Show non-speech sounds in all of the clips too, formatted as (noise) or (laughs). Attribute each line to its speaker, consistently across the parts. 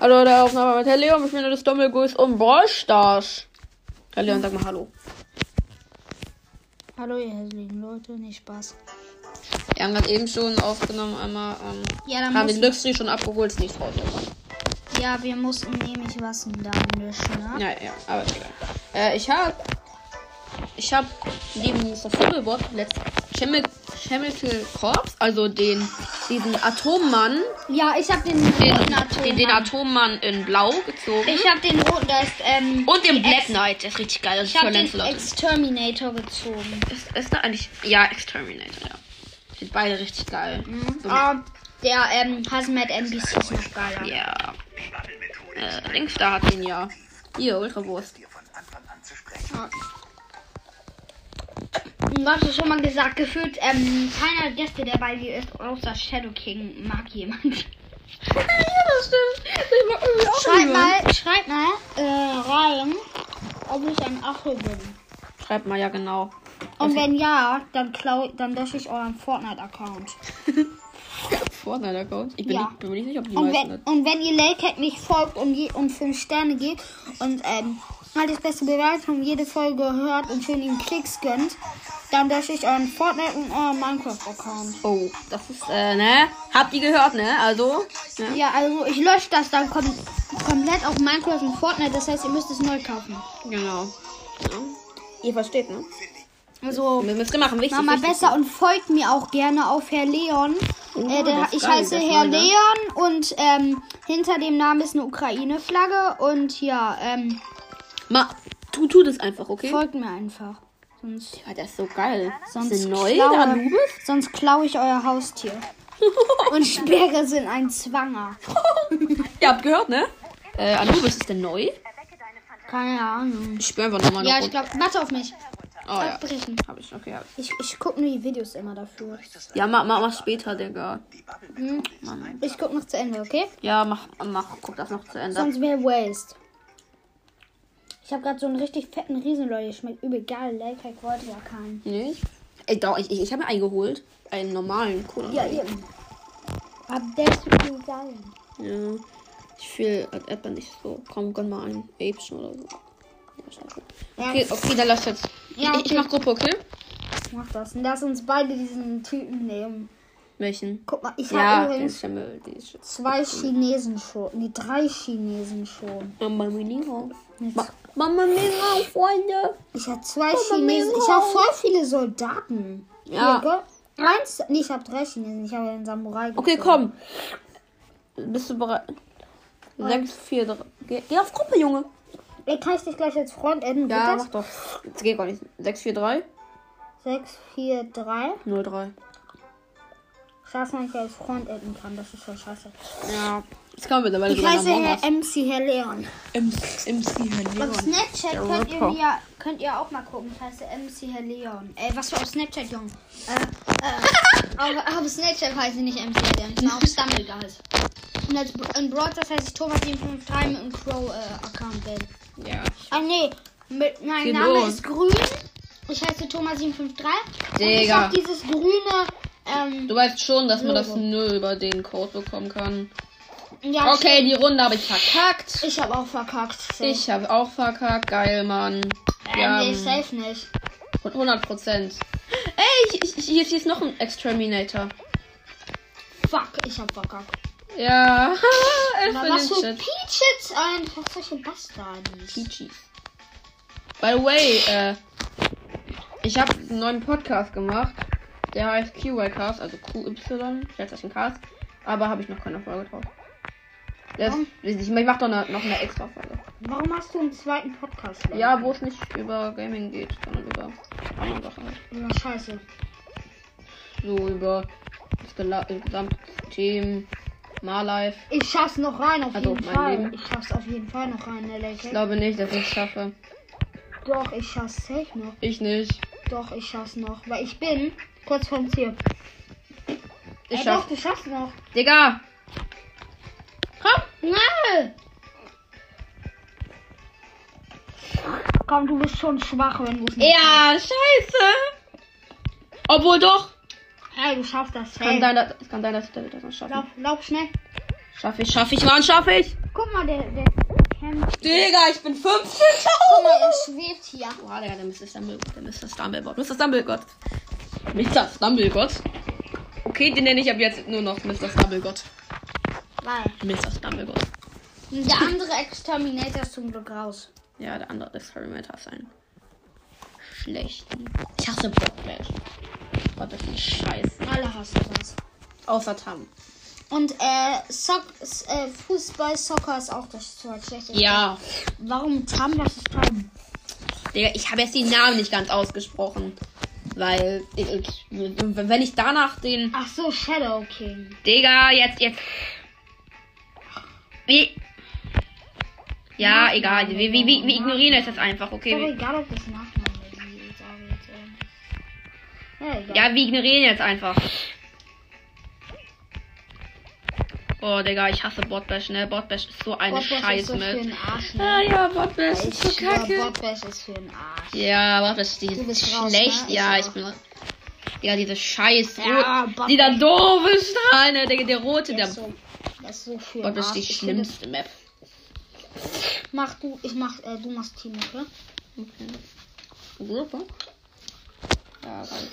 Speaker 1: Hallo, der Aufnahme mit Herr Leon. Ich bin das Dommelguss und Brawl Stars. Herr Leon, sag mal Hallo.
Speaker 2: Hallo ihr hässlichen Leute, nicht Spaß.
Speaker 1: Wir haben gerade eben schon aufgenommen, einmal ähm,
Speaker 2: Ja, dann
Speaker 1: haben den
Speaker 2: müssen-
Speaker 1: Glücksfree schon abgeholt, ist nichts raus.
Speaker 2: Ja, wir mussten nämlich was dann löschen, ne?
Speaker 1: Ja, ja, aber egal. Äh, ich habe ich habe neben Mr. Fummelbot letztens Chemical Corps, also den diesen Atommann,
Speaker 2: Ja, ich hab den
Speaker 1: den,
Speaker 2: roten Atom.
Speaker 1: den, den Atommann in Blau gezogen
Speaker 2: ich hab den roten, da ist, ähm,
Speaker 1: und den
Speaker 2: die
Speaker 1: Black
Speaker 2: Ex-
Speaker 1: Knight, der ist richtig geil, das
Speaker 2: Ich
Speaker 1: ist für
Speaker 2: hab den
Speaker 1: Lancelot.
Speaker 2: Exterminator gezogen.
Speaker 1: Ist, ist da eigentlich ja Exterminator, ja. Sind beide richtig geil. So,
Speaker 2: Ah, der, ähm, Hazmat NPC ist noch geiler.
Speaker 1: Ja. Äh, links da hat ihn ja. Hier, (laughs) Ultrawurst.
Speaker 2: Ja. Du hast es schon mal gesagt, gefühlt, ähm, keiner der Gäste, der bei dir ist, außer Shadow King, mag jemand.
Speaker 1: ja, das stimmt. Ich mag irgendwie auch
Speaker 2: Schreib mal, schreib mal, äh, rein, ob ich ein Affe bin.
Speaker 1: Schreibt mal, ja genau.
Speaker 2: Und wenn ja, dann klau dann lösche ich euren Fortnite-Account.
Speaker 1: Fortnite-Account. Ich bin,
Speaker 2: Ja.
Speaker 1: nicht, bin mir nicht sicher, ob die
Speaker 2: Und
Speaker 1: meisten
Speaker 2: wenn,
Speaker 1: das-
Speaker 2: und wenn ihr Latex mich folgt und, je, und fünf Sterne gebt und ähm, alles beste Bewertung, jede Folge hört und schön ihm Klicks gönnt, dann lösche ich euren Fortnite und euren Minecraft-Account.
Speaker 1: Oh, das ist, äh, ne? Habt ihr gehört, ne? Also, ne?
Speaker 2: Ja, also ich lösche das dann kom komplett auf Minecraft und Fortnite, das heißt, ihr müsst es neu kaufen.
Speaker 1: Genau. Ja. Ihr versteht, ne?
Speaker 2: Also,
Speaker 1: Wir müssen machen, wichtig.
Speaker 2: Mach mal
Speaker 1: wichtig.
Speaker 2: besser und folgt mir auch gerne auf Herr Leon. äh, der,
Speaker 1: das ist
Speaker 2: ich
Speaker 1: geil,
Speaker 2: heiße
Speaker 1: das
Speaker 2: Herr
Speaker 1: Neue.
Speaker 2: Leon und ähm, hinter dem Namen ist eine Ukraine-Flagge. Und ja, ähm,
Speaker 1: Ma, tu, tu das einfach, okay?
Speaker 2: folgt mir einfach. Sonst,
Speaker 1: Ja, das ist so geil.
Speaker 2: sonst,
Speaker 1: ist neu,
Speaker 2: klaue-
Speaker 1: da du bist?
Speaker 2: sonst klaue ich euer
Speaker 1: (laughs)
Speaker 2: Haustier. und sperre es in einen Zwanger.
Speaker 1: Ihr habt gehört, ne? Äh, Anubis ist denn neu?
Speaker 2: Keine Ahnung.
Speaker 1: Ich spüre einfach nochmal
Speaker 2: Ja, ich glaube, warte auf mich.
Speaker 1: Oh ja.
Speaker 2: Abbrechen.
Speaker 1: Hab ich, okay, hab ich.
Speaker 2: Ich, ich gucke nur die Videos immer dafür. Hm?
Speaker 1: Ja, mach, mach, mach später, Digga.
Speaker 2: Ich gucke noch zu Ende, okay?
Speaker 1: Ja, mach, mach, guck das noch zu Ende.
Speaker 2: Sonst wäre Waste. Ich habe gerade so einen richtig fetten Riesen, Leute. Schmeckt übel geil. Lecker, ich wollte ja keinen.
Speaker 1: Nicht? Ey, doch, ich, ich, ich habe mir einen geholt. Einen normalen Cola.
Speaker 2: Ja, eben. Aber der ist übel geil.
Speaker 1: Ja. Ich will als Apple nicht so. Komm, gönn mal einen Apes oder so. Ja, scheiße.
Speaker 2: Ja.
Speaker 1: Okay, okay, dann lass jetzt.
Speaker 2: Ja,
Speaker 1: Ich, ich
Speaker 2: okay.
Speaker 1: mach Gruppe, okay?
Speaker 2: Mach das. Und lass uns beide diesen Typen nehmen.
Speaker 1: Welchen?
Speaker 2: Guck mal, ich
Speaker 1: Ja,
Speaker 2: habe
Speaker 1: der
Speaker 2: übrigens
Speaker 1: ist ja Müll, die ist jetzt.
Speaker 2: zwei Chinesen schon. Nee, drei Chinesen schon.
Speaker 1: Mama Mia. Ma- Mama Mia, Freunde.
Speaker 2: Ich habe zwei
Speaker 1: Mama,
Speaker 2: Chinesen.
Speaker 1: Mira.
Speaker 2: Ich habe voll viele Soldaten.
Speaker 1: Ja.
Speaker 2: Hier, gell? Eins. Nee, ich habe drei Chinesen. Ich habe den Samurai.
Speaker 1: Okay,
Speaker 2: gezogen.
Speaker 1: komm. Bist du bereit? 6, 4, 3. Geh, geh auf Gruppe, Junge.
Speaker 2: Ey, kann ich dich gleich als Freund enden?
Speaker 1: Ja,
Speaker 2: Geht
Speaker 1: mach doch. Jetzt geht gar nicht. 6, 4, 3,
Speaker 2: das? Sechs, vier, drei.
Speaker 1: 0, 3.
Speaker 2: Scheiße, wenn ich als Freund enden kann, das ist schon scheiße.
Speaker 1: Ja. äh, Das kann man mittlerweile
Speaker 2: Ich heiße Herr MC Herr Leon.
Speaker 1: MC
Speaker 2: Auf
Speaker 1: Herr
Speaker 2: Snapchat
Speaker 1: Der
Speaker 2: könnt ihr,
Speaker 1: Rapper.
Speaker 2: mir, könnt ihr auch mal gucken. Ich heiße MC Herr Leon. Äh, was für auf Snapchat, Junge? Äh, äh, (laughs) auf, auf Snapchat heiße ich nicht MC Herr Leon. Ich war auf Stumble Guys. Und als, in Broadcast heiße ich Thomas 753 mit einem Crow-Account.
Speaker 1: Ja.
Speaker 2: ah, nee. Mit, mein
Speaker 1: Geht
Speaker 2: Name
Speaker 1: los.
Speaker 2: ist Grün. Ich heiße Thomas 753. Und ich
Speaker 1: Digga.
Speaker 2: hab dieses grüne. Ähm,
Speaker 1: Du weißt schon, dass man das
Speaker 2: Logo.
Speaker 1: nur über den Code bekommen kann.
Speaker 2: ja,
Speaker 1: Okay, die Runde habe ich verkackt.
Speaker 2: Ich, ich habe auch verkackt.
Speaker 1: Ich habe auch verkackt. Geil, Mann.
Speaker 2: Äh,
Speaker 1: Ja,
Speaker 2: nee,
Speaker 1: ähm,
Speaker 2: safe nicht.
Speaker 1: und 100 Prozent. Ey, ich, ich, ich, hier- hier ist noch ein Exterminator.
Speaker 2: Fuck, ich hab verkackt.
Speaker 1: Ja. (laughs) Elf
Speaker 2: Na,
Speaker 1: in
Speaker 2: was für
Speaker 1: den Chat.
Speaker 2: Peaches einfach solche Bastarden.
Speaker 1: Peachy. By the way, äh, ich habe einen neuen Podcast gemacht. Der heißt QYcast, also QY, Schrägstrich Cast. Aber habe ich noch keine Folge drauf. Das,
Speaker 2: Warum?
Speaker 1: ich ich mache doch ne- noch eine extra Folge.
Speaker 2: Warum hast du einen zweiten Podcast? Leute?
Speaker 1: Ja, wo es nicht über Gaming geht, sondern über andere Sachen. halt.
Speaker 2: Na, scheiße.
Speaker 1: So über das gela- das gesamte Team, Marlife.
Speaker 2: Ich schaff's noch rein, auf
Speaker 1: Also,
Speaker 2: jeden
Speaker 1: mein
Speaker 2: Fall.
Speaker 1: Leben.
Speaker 2: Ich schaff's auf jeden Fall noch rein, ne,
Speaker 1: Ich
Speaker 2: Lake.
Speaker 1: glaube nicht, dass ich es schaffe.
Speaker 2: Doch, ich schaff's safe noch.
Speaker 1: Ich nicht.
Speaker 2: Doch, ich schaff's noch. Weil ich bin kurz vom Ziel.
Speaker 1: Ich
Speaker 2: Ey, Doch,
Speaker 1: schaff.
Speaker 2: du schaffst noch.
Speaker 1: Digga! Komm!
Speaker 2: Nein! Komm, du bist schon schwach, wenn du es nicht
Speaker 1: Ja, scheiße! Obwohl doch!
Speaker 2: schaffst. Ey, du schaffst das
Speaker 1: Kann
Speaker 2: safe.
Speaker 1: sein, dass, es kann sein, dass ich das noch schaffe.
Speaker 2: Lauf, lauf schnell.
Speaker 1: Schaffe ich, schaffe ich, Mann, schaffe ich!
Speaker 2: Guck mal, der, der kämpft.
Speaker 1: Digga, ich bin 15.
Speaker 2: Guck mal, er schwebt hier.
Speaker 1: (laughs) Boah, Digga, der Mr. Stumblegott. Der Mr. Stumblegott. Mr. Stumblegott. Mr. Stumblegott. Okay, den nenne ich ab jetzt nur noch Mr. Stumblegott.
Speaker 2: Weil.
Speaker 1: Mr. Stumblegott.
Speaker 2: Der andere Exterminator ist zum Glück raus.
Speaker 1: Ja, der andere ist Harry Matter halt sein. Schlechten. Ich hasse Blockbash. Gott, das ist ein Scheiß.
Speaker 2: Alle hassen das.
Speaker 1: Außer Tam.
Speaker 2: Und äh, Sock, s- äh, Fußball, Soccer ist auch das Zeug schlecht.
Speaker 1: Ja.
Speaker 2: Warum Tam? Das ist Tam.
Speaker 1: Digga, ich habe jetzt den Namen nicht ganz ausgesprochen. Weil, ich, ich, wenn ich danach den.
Speaker 2: Ach so, Shadow King.
Speaker 1: Digga, jetzt, jetzt. Wie? Ja, egal. Wir, wir, wir, wir ignorieren es jetzt einfach,
Speaker 2: Ist doch
Speaker 1: okay?
Speaker 2: egal, ob das Nachname ist. wie ich sage jetzt, ähm. Ja, egal.
Speaker 1: Ja, wir ignorieren jetzt einfach. Oh, Digga, ich hasse Botbash, ne? Botbash ist so eine
Speaker 2: Botbash ist so für
Speaker 1: Scheißmist.
Speaker 2: den Arsch.
Speaker 1: Ah
Speaker 2: Ne?
Speaker 1: ja, Botbash
Speaker 2: Ich
Speaker 1: ist so
Speaker 2: schwör,
Speaker 1: kacke.
Speaker 2: Botbash ist für den Arsch.
Speaker 1: Ja, Botbash, die
Speaker 2: Du
Speaker 1: ist
Speaker 2: bist raus,
Speaker 1: schlecht.
Speaker 2: ne?
Speaker 1: Ja,
Speaker 2: Ist
Speaker 1: ich bin. Digga, diese scheiß.
Speaker 2: Ja,
Speaker 1: Rot-
Speaker 2: Botbash.
Speaker 1: dieser doofe Strahl, ne? Digga, der rote,
Speaker 2: Der
Speaker 1: der.
Speaker 2: ist so, das ist so für den
Speaker 1: Botbash
Speaker 2: Arsch.
Speaker 1: ist die
Speaker 2: Ich finde,
Speaker 1: schlimmste Map.
Speaker 2: Mach du, ich mach, äh, du machst Team, okay?
Speaker 1: Okay. Gruppe. Ja, geil.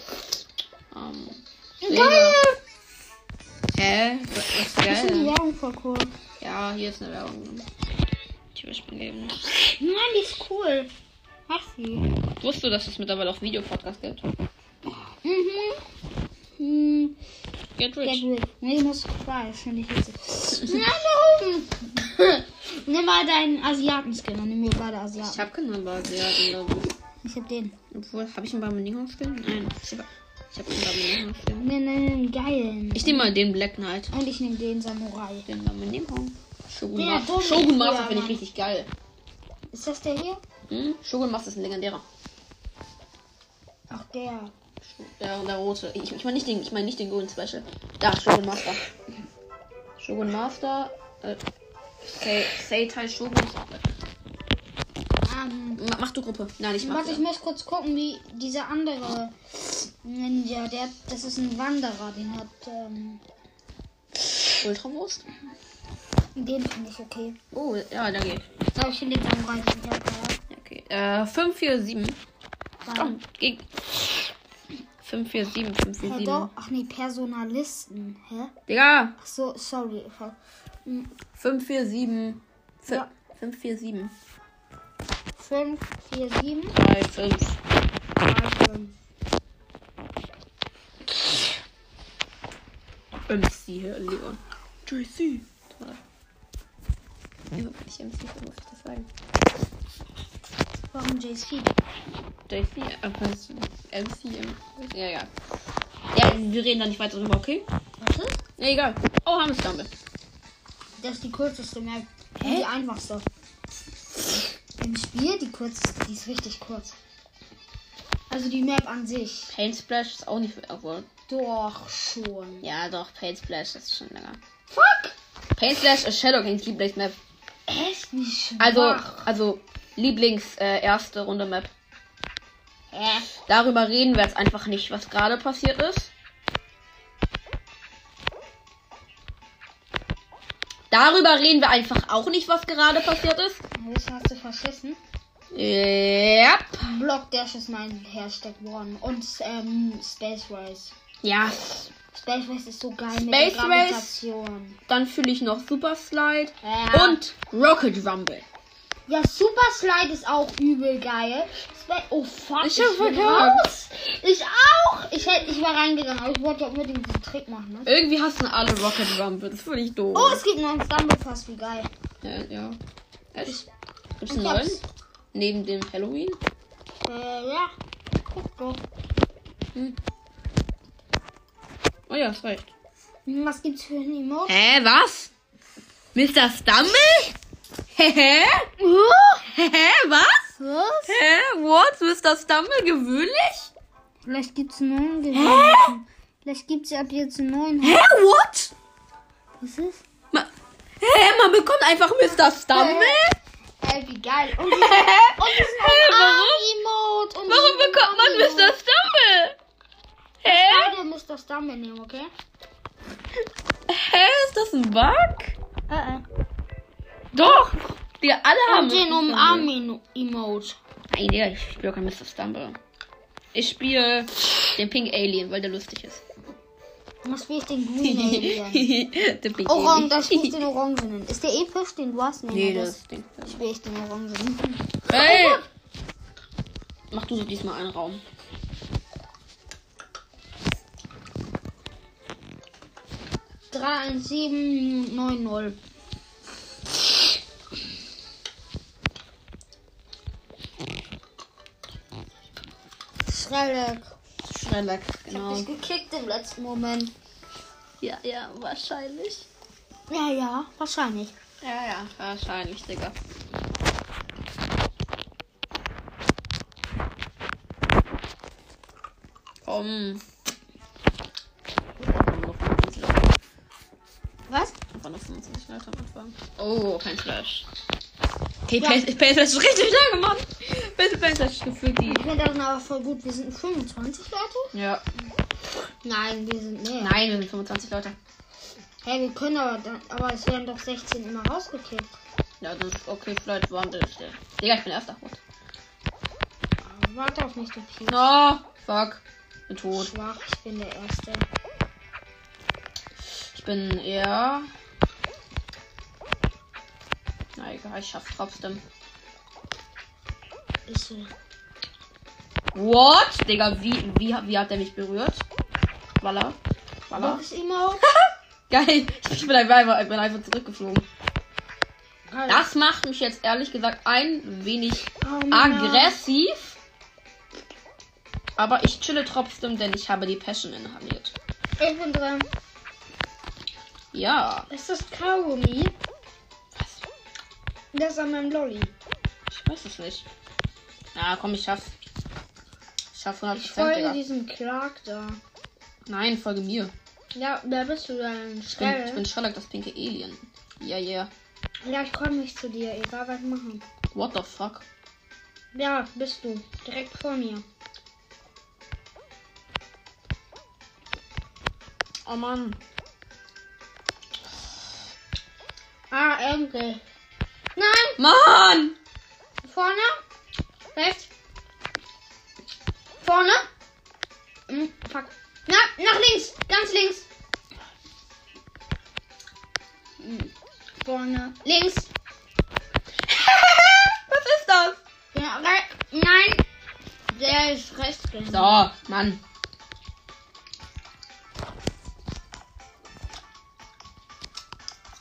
Speaker 1: Ähm.
Speaker 2: Geil!
Speaker 1: Hä? Das ist
Speaker 2: Ich finde die
Speaker 1: geil.
Speaker 2: Werbung voll cool.
Speaker 1: Ja, hier ist eine Werbung. Türspiel geben.
Speaker 2: Nein, die ist cool. Hast sie?
Speaker 1: Wusstest du, dass es mittlerweile auch Videopodcast gibt?
Speaker 2: Mhm. Hm,
Speaker 1: Get
Speaker 2: der
Speaker 1: rich.
Speaker 2: will. Nee, ich muss frei, das finde ich (laughs) witzig. Nein, da oben! nimm mal deinen Asiaten-Skin und nimm mir beide
Speaker 1: Ich
Speaker 2: Asiaten.
Speaker 1: hab keinen Basiaten.
Speaker 2: Ich hab den.
Speaker 1: Obwohl, hab ich einen Barmeninghaus-Skin? Nein. Ich hab, ich hab einen Barmeninghaus-Skin.
Speaker 2: Nee, nee, nee, geilen.
Speaker 1: Ich nehme mal den Black Knight.
Speaker 2: Und ich nehme den Samurai.
Speaker 1: Den Barmeninghaus. Shogun
Speaker 2: Ja,
Speaker 1: Master.
Speaker 2: dumm.
Speaker 1: Shogun Master
Speaker 2: Ja,
Speaker 1: finde ich
Speaker 2: Mann.
Speaker 1: richtig geil.
Speaker 2: Ist das der hier?
Speaker 1: Hm? Shogun Master ist ein legendärer.
Speaker 2: Ach, der.
Speaker 1: Der, der rote. Ich, ich meine nicht den, ich meine nicht den Golden Special. Da, Shogun Master. Shogun Master. Äh, Se- Seitai Shogun.
Speaker 2: Ähm,
Speaker 1: Ma- Mach du Gruppe. Nein, ich mach.
Speaker 2: warte, ich muss kurz gucken, wie dieser andere Ninja, der, das ist ein Wanderer, den hat, ähm,
Speaker 1: Ultramust.
Speaker 2: den finde ich okay.
Speaker 1: Oh, ja, da geht.
Speaker 2: Aber ich halt finde den Samurai nicht okay.
Speaker 1: Ja, Okay. Äh, 5, 4, 7. Komm, gegen. 5, 4, 7, 5, 4,
Speaker 2: Hä,
Speaker 1: 7.
Speaker 2: doch? Ach nee, Personalisten, hä?
Speaker 1: Digga!
Speaker 2: Ach so, sorry. ich hab- Hm,
Speaker 1: 5, 4, 7.
Speaker 2: Ja.
Speaker 1: 5, 4, 7.
Speaker 2: Fünf, vier, sieben,
Speaker 1: 3, 5.
Speaker 2: drei, fünf.
Speaker 1: MC hier, Leon. JC. Toll. Wieso bin ich MC? Warum muss ich das sagen?
Speaker 2: Warum JC?
Speaker 1: JC, aber es ist MC. im- Ja, ja. Ja, wir reden da nicht weiter drüber, okay?
Speaker 2: Was ist?
Speaker 1: Ja, egal. Oh, haben wir Stumble.
Speaker 2: Das ist die kürzeste Map. Und
Speaker 1: Hä?
Speaker 2: Die einfachste. Im Spiel, die kürzeste, die ist richtig kurz. Also die Map an sich.
Speaker 1: Paint Splash ist auch nicht. Obwohl.
Speaker 2: Doch schon.
Speaker 1: Ja, doch, Paint Splash ist schon länger.
Speaker 2: Fuck!
Speaker 1: Paint Splash ist Shadow Kings Lieblingsmap.
Speaker 2: Echt nicht schwach.
Speaker 1: Also, also Lieblings äh, erste Runde Map.
Speaker 2: Äh,
Speaker 1: Darüber reden wir jetzt einfach nicht, was gerade passiert ist. Darüber reden wir einfach auch nicht, was gerade passiert ist.
Speaker 2: das hast du verschissen.
Speaker 1: Ja.
Speaker 2: Block Dash ist mein Hashtag One. Und ähm, Space Race.
Speaker 1: Ja.
Speaker 2: Space Race ist so geil mit
Speaker 1: Space
Speaker 2: der
Speaker 1: Race?
Speaker 2: Gravitation.
Speaker 1: Dann fühle ich noch Super Slide
Speaker 2: Ja.
Speaker 1: und Rocket Rumble.
Speaker 2: Ja, Super Slide ist auch übel geil. Spa- Oh fuck,
Speaker 1: Ich hab
Speaker 2: bin
Speaker 1: verkackt.
Speaker 2: raus. Ich auch. Ich, hätt, ich war reingegangen, aber ich wollte ja unbedingt diesen Trick machen. Ne?
Speaker 1: Irgendwie hassen alle Rocket Rumble. Das finde ich doof.
Speaker 2: Oh, es gibt noch einen Stumble Pass, wie geil.
Speaker 1: ja, ja. Echt? Gibt's
Speaker 2: Ich
Speaker 1: einen neuen?
Speaker 2: hab's.
Speaker 1: Neben dem Halloween?
Speaker 2: Äh, ja. Guck doch.
Speaker 1: Oh ja, ist recht.
Speaker 2: Was gibt's für ein Emote?
Speaker 1: Hä, was? Mr. Stumble? (laughs) Hä? Hä, was?
Speaker 2: Was?
Speaker 1: Hä, what? Mr. Stumble gewöhnlich?
Speaker 2: Vielleicht gibt's einen neuen gewesen. Vielleicht gibt's ab jetzt einen neuen.
Speaker 1: Hä, what?
Speaker 2: Was ist?
Speaker 1: Ma Hä, man bekommt einfach Mr. Stumble?
Speaker 2: Ey, Äh, wie geil. Und diesen
Speaker 1: Hä?
Speaker 2: Arm-Emote. und
Speaker 1: Warum
Speaker 2: diesen
Speaker 1: bekommt man Mr.
Speaker 2: Arm-Emote.
Speaker 1: Stumble? Hä?
Speaker 2: Beide Mr. Stumble nehmen, okay?
Speaker 1: Hä, ist das ein Bug?
Speaker 2: Äh, äh.
Speaker 1: Doch! Wir alle haben.
Speaker 2: Und den
Speaker 1: Mr. Stumble.
Speaker 2: Umarmen-Emote.
Speaker 1: Nein, Digga, ich spiele kein Mr. Stumble. Ich spiele den Pink Alien, weil der lustig ist.
Speaker 2: Was will ich den grünen Alien?
Speaker 1: (laughs) den Pink (laughs)
Speaker 2: Orange, da spiele ich den Orangenen. Ist der episch, den du hast? Nee,
Speaker 1: Nee,
Speaker 2: das-
Speaker 1: das Ding.
Speaker 2: spiele ich den Orangenen.
Speaker 1: Hey! Mach du so diesmal einen Raum.
Speaker 2: Drei, eins, sieben, neun, null. Schreck.
Speaker 1: Schneller,
Speaker 2: Ich hab
Speaker 1: genau.
Speaker 2: dich gekickt im letzten Moment.
Speaker 1: Ja, ja, wahrscheinlich.
Speaker 2: Ja, ja, wahrscheinlich.
Speaker 1: Ja, ja, wahrscheinlich, Digga. Komm. Einfach nur 25 Leute-
Speaker 2: Was?
Speaker 1: einfach nur 25 Leute am Anfang. Oh, kein Flash. Okay,
Speaker 2: Ja.
Speaker 1: Pace Pace ist richtig lange, Mann. Pace Pace ist gefühlt die.
Speaker 2: Ich finde das aber voll gut. Wir sind 25 Leute?
Speaker 1: Ja.
Speaker 2: Nein, wir sind mehr.
Speaker 1: Nein, wir sind 25 Leute.
Speaker 2: Hey, wir können aber dann, aber es werden doch 16 immer rausgekickt.
Speaker 1: Ja, das ist okay, vielleicht waren wir still. Digga, ich bin erster. What?
Speaker 2: Warte auf mich, du Piep.
Speaker 1: No, fuck. Bin tot.
Speaker 2: Schwach, ich bin der Erste.
Speaker 1: Ich bin eher. Na egal, ich schaff's trotzdem.
Speaker 2: Ich will.
Speaker 1: What? Digga, wie, wie, wie hat er mich berührt? Walla. Walla. (laughs)
Speaker 2: Box Emote?
Speaker 1: Geil. (laughs) Ich bin einfach, ich bin einfach zurückgeflogen.
Speaker 2: Alter.
Speaker 1: Das macht mich jetzt ehrlich gesagt ein wenig
Speaker 2: Halt. Oh Mann.
Speaker 1: aggressiv. Aber ich chille trotzdem, denn ich habe die Passion inhaliert.
Speaker 2: Ich bin dran.
Speaker 1: Ja.
Speaker 2: Ist das Kaugummi?
Speaker 1: Was?
Speaker 2: Das an meinem Lolli.
Speaker 1: Ich weiß es nicht. Na komm, ich schaff's. Ich schaff's 100%.
Speaker 2: Ich folge
Speaker 1: Digga.
Speaker 2: diesem Clark da.
Speaker 1: Nein, folge mir.
Speaker 2: Ja, da bist du dann.
Speaker 1: Ich bin,
Speaker 2: Schnell.
Speaker 1: ich bin Sherlock, das pinke Alien. Ja, ja.
Speaker 2: Ja, ich komme nicht zu dir. Egal, was machen.
Speaker 1: What the fuck?
Speaker 2: Ja, bist du. Direkt vor mir.
Speaker 1: Oh Mann.
Speaker 2: Ah, endlich. Nein!
Speaker 1: Mann!
Speaker 2: Vorne? Rechts? Vorne? Hm, fuck. Na, nach links! Ganz links! Hm, Vorne. Links!
Speaker 1: Was ist das?
Speaker 2: Ja, re- nein! Der ist rechts. gegangen.
Speaker 1: So, Mann.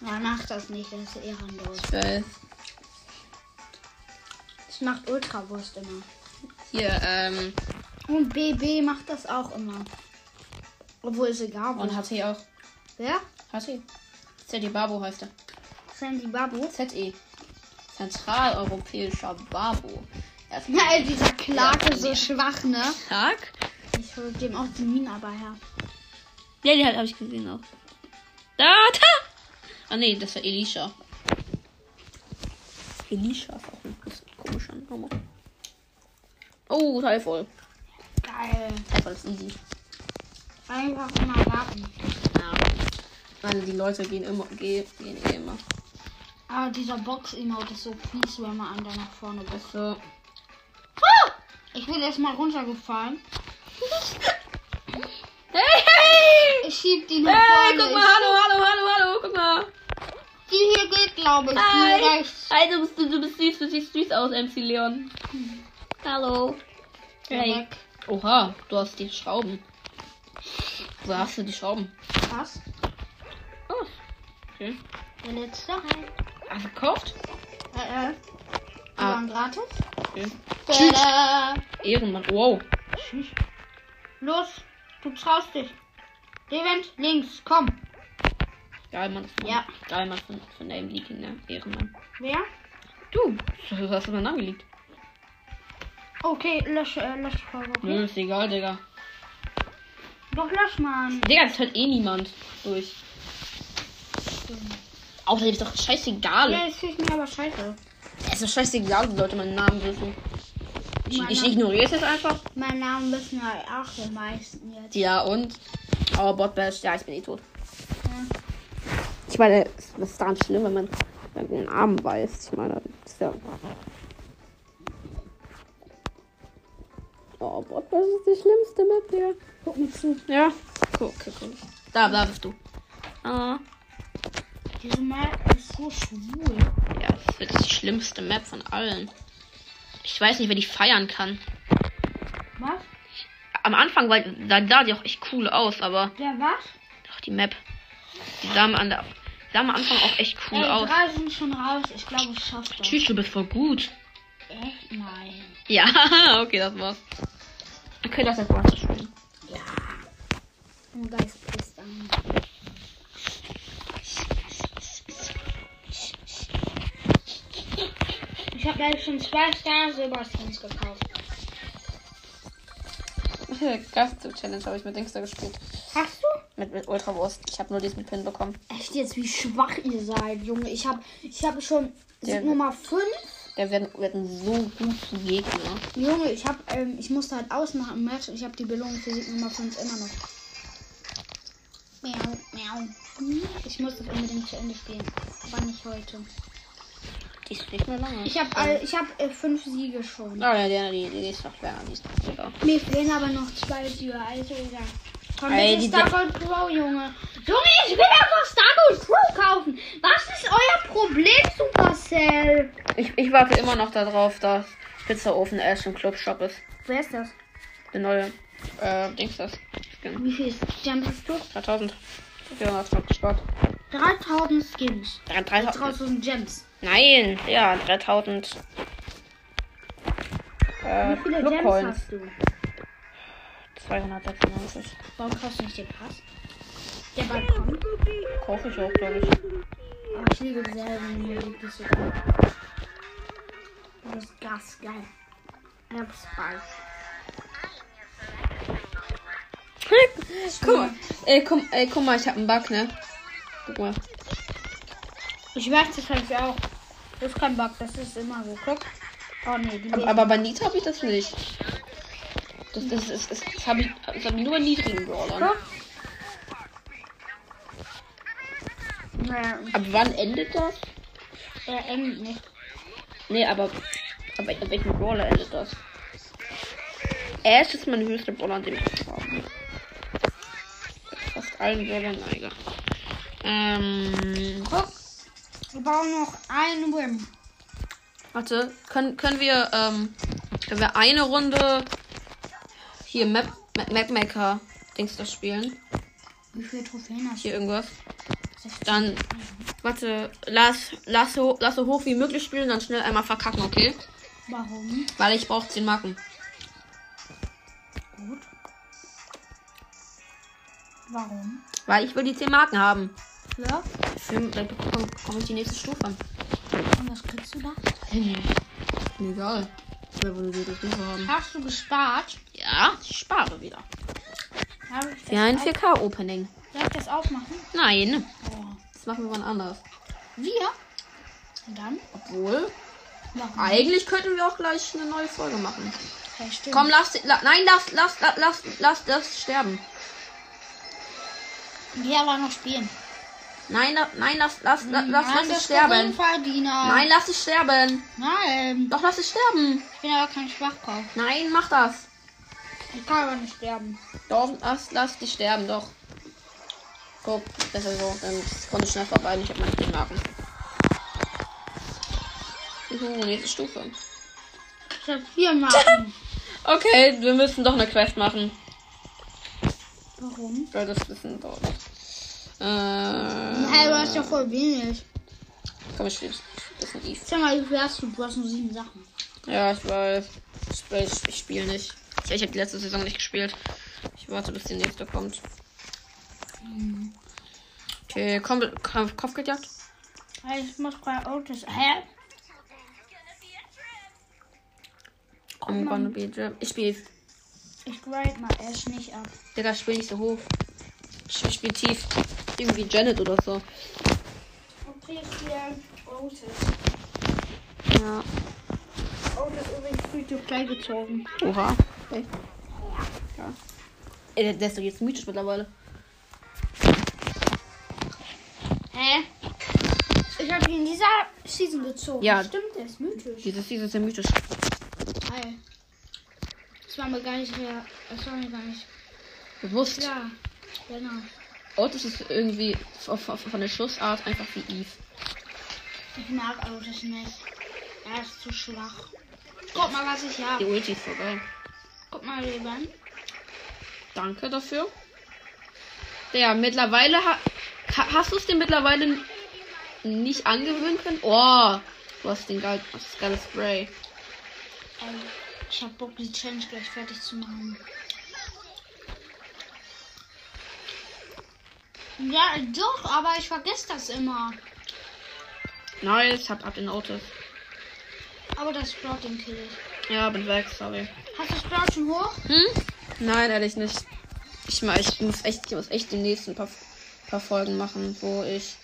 Speaker 2: Ja, mach das nicht, das ist ehrenlos.
Speaker 1: Ich weiß.
Speaker 2: Das macht Ultrawurst immer.
Speaker 1: Hier, ähm.
Speaker 2: Und BB macht das auch immer. Obwohl es egal
Speaker 1: Und
Speaker 2: war.
Speaker 1: HT auch.
Speaker 2: Wer?
Speaker 1: HT. ZE E Babo heißt er.
Speaker 2: Sandy Babu. (laughs)
Speaker 1: ZE. Zentraleuropäischer Babo. Er ist
Speaker 2: Ja, ey, dieser Clark
Speaker 1: Ja,
Speaker 2: ist so
Speaker 1: ja.
Speaker 2: schwach, ne?
Speaker 1: stark.
Speaker 2: Ich hol dem auch die Mine aber her.
Speaker 1: Ja, die habe ich gesehen auch. Da, da! Ah nee, das war Elisha. Elisha ist auch ein bisschen komischer Name. Oh, Teilvoll.
Speaker 2: Geil.
Speaker 1: Teilvoll ist easy.
Speaker 2: Einfach immer warten.
Speaker 1: Ja. Nein, die Leute gehen immer, gehen, gehen eh immer.
Speaker 2: Aber dieser Box-Emote ist so fies, wenn man an der nach vorne bist.
Speaker 1: So.
Speaker 2: Ich bin erstmal runtergefallen.
Speaker 1: Hey, hey!
Speaker 2: Ich schieb die nach
Speaker 1: Hey,
Speaker 2: vorne.
Speaker 1: guck mal, hallo, hallo, hallo, hallo, guck mal.
Speaker 2: Ich, die hier geht, glaube ich. Die
Speaker 1: Hi.
Speaker 2: rechts.
Speaker 1: Hi, du bist, du bist süß, du siehst süß aus, MC Leon. Hallo. Hey.
Speaker 2: Weg.
Speaker 1: Oha, du hast die Schrauben. Wo hast du die Schrauben?
Speaker 2: Was?
Speaker 1: Oh, okay.
Speaker 2: Der letzte. Äh,
Speaker 1: Ah, verkauft?
Speaker 2: äh. Die
Speaker 1: Ah.
Speaker 2: waren gratis.
Speaker 1: Okay.
Speaker 2: Tada.
Speaker 1: Ehrenmann. Wow.
Speaker 2: Los, du traust dich. Levent, links, komm.
Speaker 1: Geil, Mann.
Speaker 2: Ja.
Speaker 1: Geil, Mann von, von deinem Leaking, ne? Ehrenmann.
Speaker 2: Wer?
Speaker 1: Du, du hast immer nachgelegt.
Speaker 2: Okay, lösche, äh, lösche Folge. Okay?
Speaker 1: Nö, ist egal, Digga. Mhm.
Speaker 2: Doch, lösch mal.
Speaker 1: Digga, das hört eh niemand durch. Außerdem ist doch scheißegal.
Speaker 2: Ja, das fühlt mir aber scheiße.
Speaker 1: Es ist doch scheißegal, die Leute meinen Namen wissen. Ich,
Speaker 2: Mein
Speaker 1: ich
Speaker 2: Name.
Speaker 1: ignoriere es jetzt einfach.
Speaker 2: Mein Name wissen halt auch die meisten jetzt.
Speaker 1: Ja, und? Aber Botbash, ja, ich bin eh tot.
Speaker 2: Ja.
Speaker 1: Ich meine, es ist dann schlimm, wenn man wenn du den Arm weißt. Ich meine, das ist ja. Oh, Bot, das ist die schlimmste Map hier.
Speaker 2: Guck mir zu.
Speaker 1: Ja. Guck, guck, guck. Da, da bist du. Ah.
Speaker 2: Diese Map ist so schwul.
Speaker 1: Ja, das ist die schlimmste Map von allen. Ich weiß nicht, wer die feiern kann.
Speaker 2: Was?
Speaker 1: Am Anfang war, da sah die auch echt cool aus, aber
Speaker 2: Der was?
Speaker 1: doch die Map. Die sah, am- an der, sah am Anfang auch echt cool
Speaker 2: Ey,
Speaker 1: aus.
Speaker 2: drei sind schon raus. Ich glaube, ich schaff das.
Speaker 1: Tschüss, du bist voll gut.
Speaker 2: Echt? Nein.
Speaker 1: Ja, (laughs) okay, das war's. Okay, das ist jetzt spielen. (laughs)
Speaker 2: Und da ist Pist an. Ich habe leider schon zwei Star Silber Skins gekauft.
Speaker 1: Gast-Challenge habe ich mit Dingster gespielt.
Speaker 2: Hast du?
Speaker 1: Mit, mit Ultrawurst. Ich habe nur diesen Pin bekommen.
Speaker 2: Echt jetzt, wie schwach ihr seid, Junge. Ich habe ich hab schon
Speaker 1: Der-
Speaker 2: Nummer 5.
Speaker 1: Der werden, werden so gute Gegner.
Speaker 2: Junge, ich hab, ähm, ich musste halt ausmachen im Match und ich habe die Belohnung für Sieg Nummer 5 immer noch. Miau, miau. Ich muss das unbedingt zu Ende spielen. Aber nicht heute.
Speaker 1: Die ist nicht mehr lange.
Speaker 2: Ich habe all, ich hab, äh, fünf Siege schon.
Speaker 1: Ah, ja, die, die, die ist noch schwerer. Die ist noch schwerer.
Speaker 2: Mir fehlen aber noch zwei Siege. Also, ja. Komm,
Speaker 1: Ey,
Speaker 2: bitte
Speaker 1: die-
Speaker 2: Star Gold Pro, Junge. Junge, ich will einfach Star Gold Pro kaufen. Was ist euer Problem, Supercell?
Speaker 1: Ich, ich warte immer noch darauf, dass Pizzaofen erst im Clubshop ist.
Speaker 2: Wer ist das?
Speaker 1: Der neue. Äh, Dings das. Skin.
Speaker 2: Wie viel Gems hast du?
Speaker 1: 3000. 400 Stück gespart.
Speaker 2: 3000 Skins.
Speaker 1: Drei- 3000.
Speaker 2: 3000 Gems.
Speaker 1: Nein, ja, 3000. Äh,
Speaker 2: Wie viele
Speaker 1: Club
Speaker 2: Gems
Speaker 1: Coins.
Speaker 2: hast du?
Speaker 1: 296.
Speaker 2: Warum kaufst du nicht den Pass? Der Balkon.
Speaker 1: Kaufe ich auch, glaube ich.
Speaker 2: Aber ich liebe selber Musik, die so geil. Das ist ganz geil. Ich hab Spaß.
Speaker 1: Guck mal, ey, komm, ey, guck mal, ich hab einen Bug, ne? Guck mal.
Speaker 2: Ich weiß, das hab ich auch. Das ist kein Bug, das ist immer so. Guck. Oh nee, die
Speaker 1: Aber, aber bei Nita hab ich das nicht. Das, das, das, das, das habe ich, das hab ich nur bei niedrigen Brawlern.
Speaker 2: Guck. Naja,
Speaker 1: Ab wann endet das?
Speaker 2: er endet nicht.
Speaker 1: Nee, aber ab, wel- ab welchem Brawler endet das? Ash ist mein höchster Brawler, den ich habe. Fast allen Brawlern, na, egal. Ähm.
Speaker 2: Guck. Wir brauchen noch einen Wim.
Speaker 1: Warte, können, können wir, ähm, können wir eine Runde hier Map, Map, Map Maker Dings das spielen?
Speaker 2: Wie viele Trophäen hast du?
Speaker 1: Hier irgendwas. Dann, warte, lass, lass, so- lass so hoch wie möglich spielen, dann schnell einmal verkacken, okay?
Speaker 2: Warum?
Speaker 1: Weil ich brauche 10 Marken.
Speaker 2: Gut. Warum?
Speaker 1: Weil ich will die 10 Marken haben.
Speaker 2: Ja.
Speaker 1: Film, dann bekomme bekomme ich die nächste Stufe.
Speaker 2: Und was kriegst du da?
Speaker 1: Mir Egal. Ich will wohl eine gute Stufe haben.
Speaker 2: Hast du gespart?
Speaker 1: Ja, ich spare wieder.
Speaker 2: Darf ich das,
Speaker 1: Für ein
Speaker 2: auf-
Speaker 1: 4K Opening.
Speaker 2: Darf ich das aufmachen?
Speaker 1: Nein.
Speaker 2: Oh.
Speaker 1: Das machen wir wann anders.
Speaker 2: Wir? Und dann?
Speaker 1: Obwohl,
Speaker 2: Machen wir.
Speaker 1: Eigentlich könnten wir auch gleich eine neue Folge machen.
Speaker 2: Ja, stimmt.
Speaker 1: Komm, lass, la, nein, lass, lass, la- lass, lass, lass sterben.
Speaker 2: Wir aber noch spielen.
Speaker 1: Nein, la, nein, lass, lass, la, lass,
Speaker 2: Nein,
Speaker 1: lass
Speaker 2: das
Speaker 1: es
Speaker 2: ist kein
Speaker 1: sterben.
Speaker 2: Verdiener.
Speaker 1: Nein, lass es sterben.
Speaker 2: Nein.
Speaker 1: Doch, lass es sterben.
Speaker 2: Ich bin aber kein Schwachkopf.
Speaker 1: Nein, mach das.
Speaker 2: Ich kann aber nicht sterben.
Speaker 1: Doch, lass, lass dich sterben, doch. Guck, das ist so. Dann konnte ich schnell vorbei, ich hab meine Dinge machen. Juhu, nächste Stufe.
Speaker 2: Ich hab vier (laughs) Marken.
Speaker 1: Okay, wir müssen doch eine Quest machen.
Speaker 2: Warum?
Speaker 1: Weil das wissen doch. Äh,
Speaker 2: Hey, du hast ja voll wenig.
Speaker 1: komm, ich spiel's. Das ist ein Easy.
Speaker 2: Sag mal, wie viel hast du? Du hast nur sieben Sachen.
Speaker 1: Ja, ich weiß. Ich spiele ich spiel nicht. Ich, ich habe die letzte Saison nicht gespielt. Ich warte, bis die nächste kommt. Okay, komm, komm Kopfgeldjagd.
Speaker 2: Hey, Ich muss bei Otis. Hä?
Speaker 1: I'm gonna be Jam. Ich spiele.
Speaker 2: Ich grade mal Ash nicht ab.
Speaker 1: Digga, spiel nicht so hoch. Ich, ich spiele tief. Irgendwie Janet oder so.
Speaker 2: Okay, ich spiele Otis.
Speaker 1: Ja.
Speaker 2: Otis ist übrigens früh zu Play gezogen.
Speaker 1: Oha. Echt? Ja. Ey, der, der ist doch jetzt mythisch mittlerweile.
Speaker 2: Hä? Ich habe in dieser Season gezogen.
Speaker 1: Ja.
Speaker 2: Stimmt, der ist mythisch.
Speaker 1: Dieses Season ist ja mythisch.
Speaker 2: Geil. Das war mir gar nicht mehr. Das war mir gar nicht.
Speaker 1: Bewusst.
Speaker 2: Klar. Genau.
Speaker 1: Otis ist irgendwie von, von, von der Schussart einfach wie Eve.
Speaker 2: Ich mag Autos nicht. Er ist zu schwach. Guck mal, was ich habe.
Speaker 1: Die Ulti ist so geil.
Speaker 2: Guck mal, Levan.
Speaker 1: Danke dafür. Ja, mittlerweile ha ha- hast du es dir mittlerweile n- nicht angewöhnen können. Oh, du hast den geil, das ist geiles Spray.
Speaker 2: Ey, Ähm, ich hab Bock, die Challenge gleich fertig zu machen. Ja, doch, aber ich vergesse das immer.
Speaker 1: Nice, hab ab den Autos.
Speaker 2: Aber das Sprout, den kill ich.
Speaker 1: Ja, bin weg, sorry.
Speaker 2: Hast du Sprout schon hoch?
Speaker 1: Hm? Nein, ehrlich nicht. Ich, mal, ich muss echt, ich muss echt den nächsten paar, paar Folgen machen, wo ich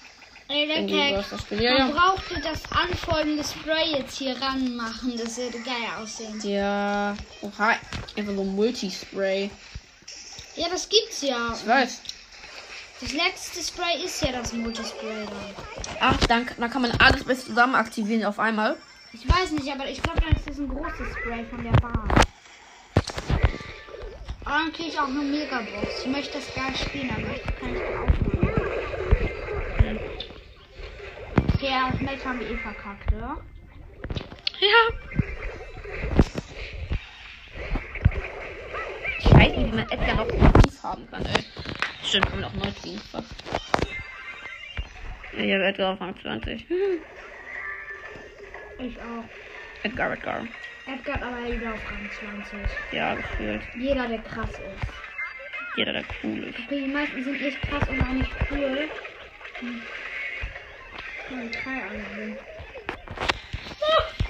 Speaker 2: Ey, der
Speaker 1: irgendwie
Speaker 2: Kek.
Speaker 1: was das spiele. Ja,
Speaker 2: Man
Speaker 1: ja.
Speaker 2: brauchte das anfolgende Spray jetzt hier ranmachen. Das würde geil aussehen.
Speaker 1: Ja. Oha, einfach so Multispray.
Speaker 2: Ja, das gibt's ja.
Speaker 1: Ich weiß.
Speaker 2: Das letzte Spray ist ja das Multispray. Dann.
Speaker 1: Ach, dann, dann kann man alles bis zusammen aktivieren auf einmal.
Speaker 2: Ich weiß nicht, aber ich glaube, das ist ein großes Spray von der Bar. Aber dann kriege ich auch eine Megabox. Ich möchte das gar nicht spielen, aber ich kann es auch Okay, ja, das Match haben wir eh verkackt, oder?
Speaker 1: Ja. Ich weiß nicht, wie man Edgar noch aktiv haben kann, ey. Stimmt, kann man auch neu ziehen. Fuck. Ich habe Edgar auf Rang 20.
Speaker 2: Ich auch.
Speaker 1: (laughs) Edgar, Edgar.
Speaker 2: Edgar aber jeder auf Rang 20.
Speaker 1: Ja, gefühlt.
Speaker 2: Jeder, der krass ist.
Speaker 1: Jeder, der cool ist.
Speaker 2: Okay, die meisten sind nicht krass und auch nicht cool. Hm. Mal drei angewiesen.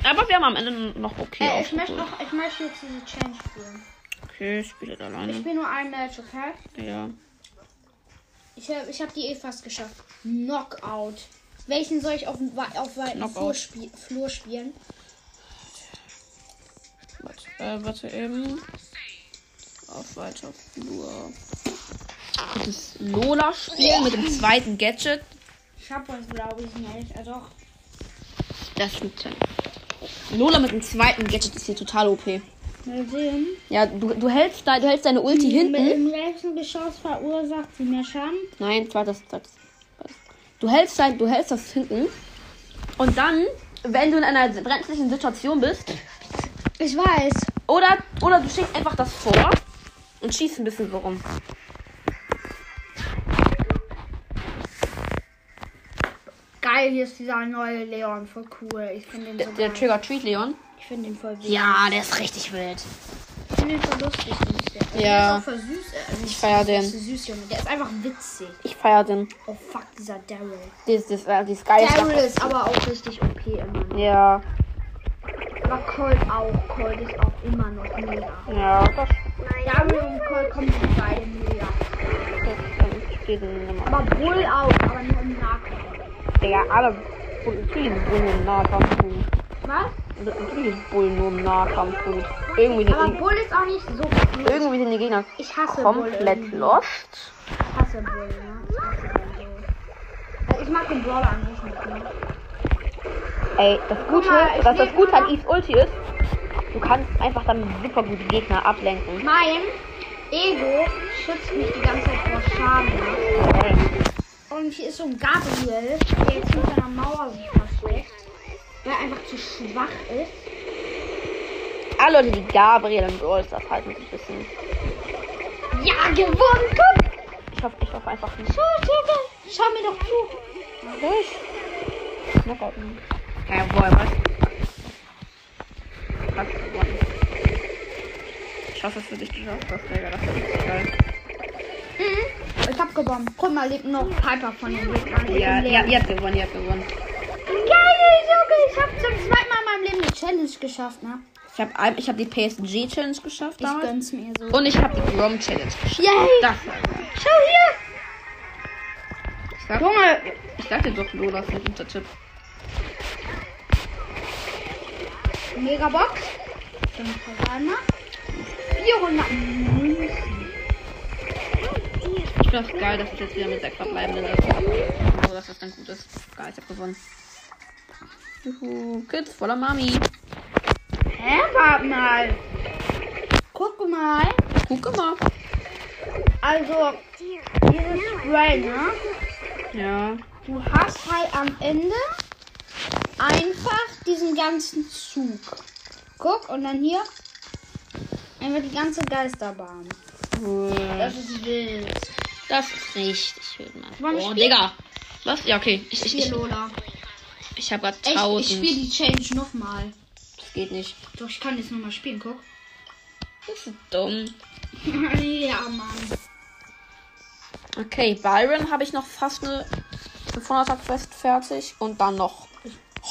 Speaker 1: Aber wir haben am Ende noch okay.
Speaker 2: Äh, ich möchte
Speaker 1: aufgeholt.
Speaker 2: noch, ich möchte jetzt diese Challenge spielen.
Speaker 1: Okay, ich spiele
Speaker 2: Ich
Speaker 1: alleine.
Speaker 2: spiele nur ein Match, okay?
Speaker 1: Ja.
Speaker 2: Ich habe ich hab die eh fast geschafft. Knockout. Welchen soll ich auf, dem wei- auf weiten Flur,
Speaker 1: Knockout.
Speaker 2: spiel, Flur spielen?
Speaker 1: Warte, äh, warte eben. Auf weiter Flur. Das Lola-Spiel mit dem zweiten Gadget.
Speaker 2: Ich habe was, glaube ich, nicht. Also doch.
Speaker 1: Das stimmt ja nicht. Lola mit dem zweiten Gadget ist hier total OP.
Speaker 2: Mal sehen.
Speaker 1: Ja, du, du, hältst, dein, du hältst deine Ulti
Speaker 2: Mit
Speaker 1: hinten.
Speaker 2: dem rechten Geschoss verursacht sie mehr Schaden.
Speaker 1: Nein, zweites, zweites. zweites. Du hältst, dein, du hältst das hinten. Und dann, wenn du in einer brenzlichen Situation bist,
Speaker 2: Ich weiß.
Speaker 1: oder, oder du schickst einfach das vor und schießt ein bisschen so rum.
Speaker 2: Geil, hier ist dieser neue Leon. Voll cool. Ich finde den
Speaker 1: Der,
Speaker 2: so
Speaker 1: der
Speaker 2: geil.
Speaker 1: Trigger Treat Leon.
Speaker 2: Ich finde den voll wild.
Speaker 1: Ja, der ist richtig wild.
Speaker 2: Ich finde den voll lustig. den ist Der.
Speaker 1: Ja.
Speaker 2: Der ist auch voll süß. äh, Also
Speaker 1: Ich feier
Speaker 2: der ist
Speaker 1: den.
Speaker 2: so süß, Junge. Der ist einfach witzig.
Speaker 1: Ich feier den.
Speaker 2: Oh fuck, dieser Daryl.
Speaker 1: Die, die, die, die Sky
Speaker 2: Daryl ist aber auch richtig OP immer.
Speaker 1: Ja,
Speaker 2: Aber Colt auch. Colt ist auch immer noch mega.
Speaker 1: ja, das
Speaker 2: Daryl und Colt kommen sich beide mega.
Speaker 1: ist steht Nummer.
Speaker 2: Aber Bull auch, aber nur im Nahkampf.
Speaker 1: Digga, alle Bullen nur im Nahkampf gut.
Speaker 2: Was?
Speaker 1: Natürlich ist Bullen nur im Nahkampf gut. Irgendwie
Speaker 2: Aber
Speaker 1: sind,
Speaker 2: Bull ist auch nicht so cool.
Speaker 1: irgendwie sind die Gegner
Speaker 2: Ich hasse Bull.
Speaker 1: komplett
Speaker 2: irgendwie.
Speaker 1: lost.
Speaker 2: Ich hasse Bull, ne? Ich hasse Bull. Also ich mag den Brawler an sich nicht. Ne?
Speaker 1: Ey, das Gute,
Speaker 2: Guck mal, ich
Speaker 1: das, das
Speaker 2: leg
Speaker 1: Gute
Speaker 2: mal
Speaker 1: an Eves Ulti ist, du kannst einfach dann super gute Gegner ablenken.
Speaker 2: Mein Ego schützt mich die ganze Zeit vor Schaden. Ne? Und hier ist so ein Gabriel, der jetzt hinter einer Mauer sich versteckt, weil er einfach zu schwach ist.
Speaker 1: Alle Leute, die Gabriel und Brawl Stars halten sich ein bisschen.
Speaker 2: Ja, gewonnen! Guck!
Speaker 1: Ich hoffe, ich hoffe einfach nicht.
Speaker 2: Schau, schau, schau mir doch zu!
Speaker 1: Was? Knockout. Jawohl, was? Was gewonnen. Ich hoffe, es für dich geschafft hast, Digga. Das ist richtig geil.
Speaker 2: Mhm. Ich hab gewonnen. Guck mal, lebt noch Piper von dem Weg an.
Speaker 1: Ja, ja, ihr habt gewonnen, ihr habt gewonnen.
Speaker 2: Geil, Junge! Ich hab zum zweiten Mal in meinem Leben eine Challenge geschafft, ne?
Speaker 1: Ich habe ich hab die PSG-Challenge geschafft
Speaker 2: Ich
Speaker 1: damals.
Speaker 2: gönn's mir so.
Speaker 1: Und ich habe die Grom-Challenge geschafft.
Speaker 2: Yay!
Speaker 1: Das war geil.
Speaker 2: Schau hier!
Speaker 1: Ich sag,
Speaker 2: Junge!
Speaker 1: ich sag dir doch, Lola ist ein guter Tipp.
Speaker 2: Megabox. Dann versagen wir. 400. Mhm.
Speaker 1: Ich finde das geil, dass ich jetzt wieder mit sechs verbleibenden Leuten habe. So, dass das dann gut ist. Geil, ich hab gewonnen. Juhu. Kids voller Mami.
Speaker 2: Hä? Warte mal. Guck mal.
Speaker 1: Guck mal.
Speaker 2: Also, dieses Spray, ne?
Speaker 1: Ja.
Speaker 2: Du hast halt am Ende einfach diesen ganzen Zug. Guck, und dann hier einfach die ganze Geisterbahn.
Speaker 1: Cool.
Speaker 2: Das ist wild.
Speaker 1: Das ist richtig wild,
Speaker 2: Wollen
Speaker 1: Mann.
Speaker 2: wir
Speaker 1: Oh,
Speaker 2: spielen?
Speaker 1: Digga. Was? Ja, okay. Ich, ich,
Speaker 2: Hier,
Speaker 1: ich,
Speaker 2: Lola.
Speaker 1: ich habe grad
Speaker 2: Echt, ich
Speaker 1: 1000.
Speaker 2: spiele die Challenge nochmal.
Speaker 1: Das geht nicht.
Speaker 2: Doch, ich kann jetzt nochmal spielen, guck.
Speaker 1: Das ist dumm.
Speaker 2: (laughs) ja, Mann.
Speaker 1: Okay, Byron habe ich noch fast eine 500er Quest fertig. Und dann noch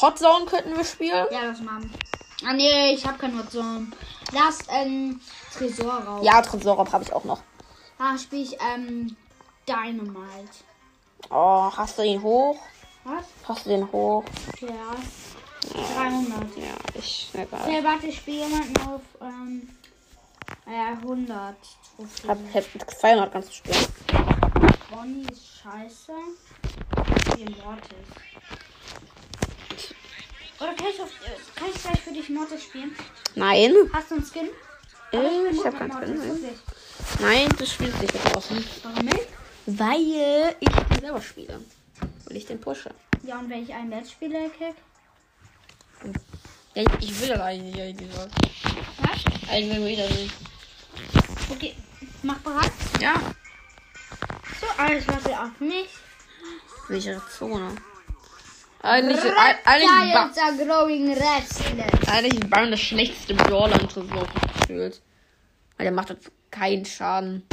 Speaker 1: Hot Zone könnten wir spielen.
Speaker 2: Ja, das machen. Ah, nee, ich hab kein Hotzone. Lass, ähm, Tresor raus.
Speaker 1: Ja, Tresor habe ich auch noch.
Speaker 2: Da spiele ich, ähm, Dynamite.
Speaker 1: Oh, hast du ihn hoch?
Speaker 2: Was?
Speaker 1: Hast du den hoch?
Speaker 2: Ja. 300.
Speaker 1: Ja, ich. Egal.
Speaker 2: Okay, warte, ich spiele jemanden auf ähm, äh, 100.
Speaker 1: Ich hab, hab mit 200 ganz gespielt.
Speaker 2: Bonnie ist scheiße. Hier Mortis. Oder kann ich, auf, äh, kann ich gleich für dich Mortis spielen?
Speaker 1: Nein.
Speaker 2: Hast du einen Skin?
Speaker 1: Äh,
Speaker 2: Aber bin
Speaker 1: ich
Speaker 2: gut
Speaker 1: hab
Speaker 2: mit
Speaker 1: keinen
Speaker 2: Mortis,
Speaker 1: Skin, nein.
Speaker 2: wirklich.
Speaker 1: Nein, du spielst nicht da draußen.
Speaker 2: Warum nicht?
Speaker 1: Weil ich den selber spiele. Weil ich den pushe.
Speaker 2: Ja, und wenn ich einen Match spiele, kick?
Speaker 1: Ja, ich- ich will aber eigentlich nicht, ehrlich gesagt.
Speaker 2: Was?
Speaker 1: Eigentlich will ich das nicht.
Speaker 2: Okay, mach bereit.
Speaker 1: Ja.
Speaker 2: So, alles warte auf mich.
Speaker 1: Sichere Zone. Eigentlich,
Speaker 2: Red
Speaker 1: ei- eigentlich, ba
Speaker 2: Giants are growing restless.
Speaker 1: eigentlich ist Baron das schlechteste Brawler im Tresor gefühlt. Weil der macht jetzt keinen Schaden.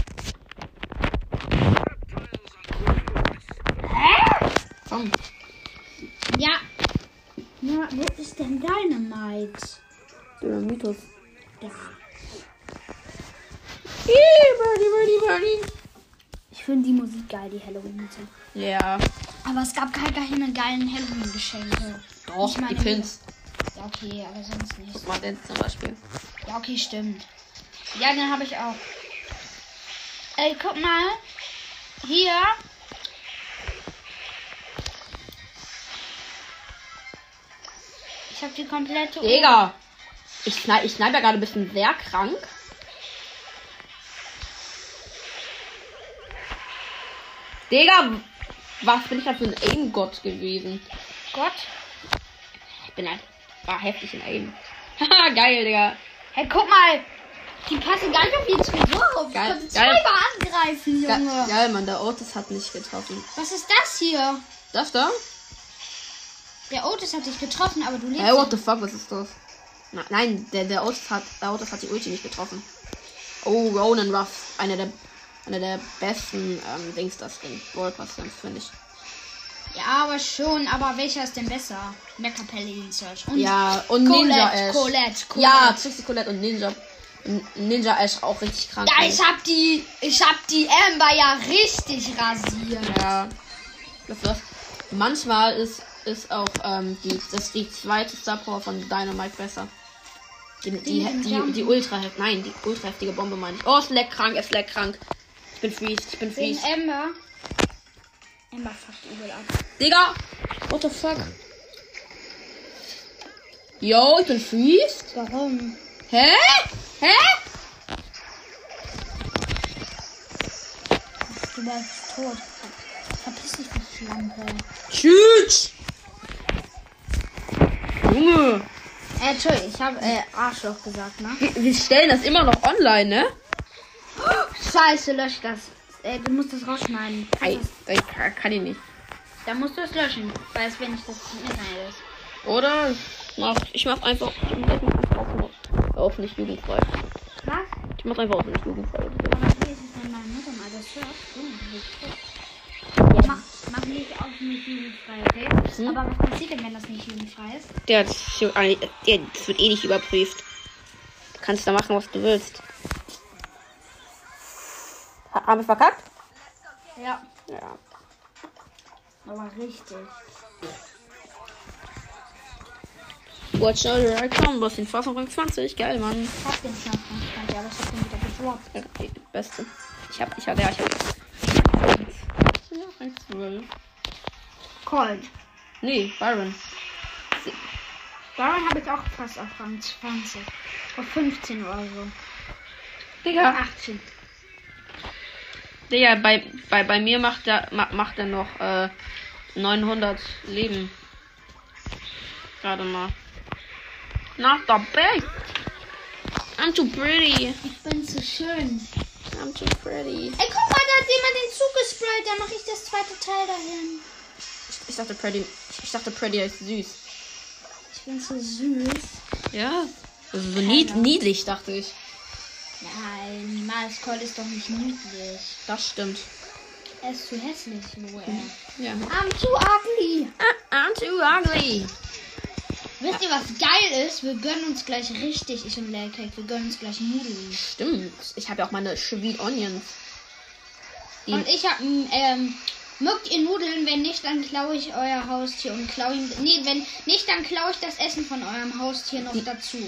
Speaker 1: Komm.
Speaker 2: Ja. Na, wo ist denn Dynamite?
Speaker 1: Dynamitos.
Speaker 2: Da.
Speaker 1: Ih, Birdie, Birdie, Birdie.
Speaker 2: Ich finde die Musik geil, die Halloween-Musik.
Speaker 1: Ja,
Speaker 2: Aber es gab keine, keine geilen Halloween-Geschenke.
Speaker 1: doch,
Speaker 2: Ich meine,
Speaker 1: die Pins.
Speaker 2: Ja, okay, aber sonst nicht.
Speaker 1: Guck mal, den zum Beispiel.
Speaker 2: Ja, okay, stimmt. Ja, den habe ich auch. Ey, guck mal. Hier. Ich habe die komplette. Oh Uhr.
Speaker 1: Digga! Ich schneide ich schneid ja gerade ein bisschen sehr krank. Digga! Was bin ich da für ein Aim-Gott gewesen?
Speaker 2: Gott.
Speaker 1: Ich bin halt. War heftig im Aim. (laughs) Haha, geil, Digga.
Speaker 2: Hey, guck mal. Die passen gar nicht auf die Tresor auf. Ich
Speaker 1: Geil,
Speaker 2: konnte
Speaker 1: geil.
Speaker 2: zweimal angreifen,
Speaker 1: Ge
Speaker 2: Junge.
Speaker 1: Geil, Mann, der Otis hat nicht getroffen.
Speaker 2: Was ist das hier?
Speaker 1: Das da?
Speaker 2: Der Otis hat dich getroffen, aber du lebst.
Speaker 1: Hey, what the fuck, was ist das? Na, nein, der, der, Otis hat, der Otis hat die Ulti nicht getroffen. Oh, Ronan Ruff. Einer der, einer der besten ähm, Dings, das Ding. Ballpass-Dings, finde ich.
Speaker 2: Ja, aber schon, aber welcher ist denn besser? Meckerpelli in Search. Und
Speaker 1: Ja, und
Speaker 2: Colette,
Speaker 1: Ninja Ash.
Speaker 2: Colette, Colette.
Speaker 1: Ja, Trixie Colette und Ninja. N- Ninja Ash auch richtig krank.
Speaker 2: Ja, ich hab die. Ich hab die Amber ja richtig rasiert.
Speaker 1: Ja. Das war's. Manchmal ist, ist auch ähm, die, das, die zweite Star Power von Dynamite besser. Die, die,
Speaker 2: Die
Speaker 1: die,
Speaker 2: mit dem
Speaker 1: die,
Speaker 2: Jump.
Speaker 1: ultra nein, die ultra heftige Bombe meine ich. Oh, es lag krank, es lag krank. Ich bin freeze, ich bin
Speaker 2: Wegen
Speaker 1: freeze.
Speaker 2: Amber. Amber fuckt übel ab.
Speaker 1: Digga! What the fuck? Yo, ich bin freeze.
Speaker 2: Warum?
Speaker 1: Hä? Hä?
Speaker 2: Du bleibst tot. Verpiss dich, du Schlampe.
Speaker 1: Tschüss! Junge!
Speaker 2: Äh, Entschuldigung, ich hab äh, Arschloch gesagt, ne?
Speaker 1: Wir, wir stellen das immer noch online, ne?
Speaker 2: Scheiße, lösch das. Äh, du musst das rausschneiden.
Speaker 1: Nein, ich kann, kann ich nicht.
Speaker 2: Da musst du es löschen, weil es wenn ich das im Internet ist.
Speaker 1: Oder? Ich mach, ich mach einfach. Ich mach einfach auf, auf nicht jugendfrei.
Speaker 2: Was?
Speaker 1: Ich mach einfach auf nicht jugendfrei.
Speaker 2: Aber wie ist es, wenn meine Mutter mal das hört? Oh, mach, mach nicht auf nicht jugendfrei, okay?
Speaker 1: Hm?
Speaker 2: Aber was passiert denn, wenn das nicht jugendfrei ist?
Speaker 1: Der, hat so ein- der das wird eh nicht überprüft. Du kannst da machen, was du willst. Ha- Haben wir verkackt?
Speaker 2: Ja.
Speaker 1: Ja.
Speaker 2: Aber richtig.
Speaker 1: Watch out, here I come. Du hast den Fass auf Rang 20. Geil, Mann.
Speaker 2: Ich hab den Knopf noch nicht, aber ich hab den wieder gedroppt.
Speaker 1: Ja, die Beste. Ich hab, ich hab, ja, ich hab. Ja, Rang 12.
Speaker 2: Cold.
Speaker 1: Nee, Byron.
Speaker 2: Baron habe ich auch fast auf Rang 20. Auf 15 oder so.
Speaker 1: Digga.
Speaker 2: 18.
Speaker 1: Digga, bei, bei, bei mir macht er, ma, macht er noch äh, 900 Leben. Gerade mal. Not the best. I'm too pretty.
Speaker 2: Ich bin zu schön.
Speaker 1: I'm too pretty.
Speaker 2: Ey, guck mal, da hat jemand den Zug gesprayt. Da mache ich das zweite Teil dahin.
Speaker 1: Ich, ich dachte pretty. Ich dachte pretty ist süß.
Speaker 2: Ich bin so süß.
Speaker 1: Ja. Also so nied, niedlich, dachte ich.
Speaker 2: Nein, niemals. Call ist doch nicht niedlich.
Speaker 1: Das stimmt.
Speaker 2: Er ist zu hässlich, Noel.
Speaker 1: Ja.
Speaker 2: Hm. I'm too ugly.
Speaker 1: Ah, I'm too ugly.
Speaker 2: Wisst ihr, was geil ist? Wir gönnen uns gleich richtig, ich und Laycake, wir gönnen uns gleich Nudeln.
Speaker 1: Stimmt. Ich habe ja auch meine Sweet Onions. Die-
Speaker 2: Und ich hab, m, ähm, mögt ihr Nudeln? Wenn nicht, dann klaue ich euer Haustier und klaue ihm, nee, wenn nicht, dann klaue ich das Essen von eurem Haustier noch dazu.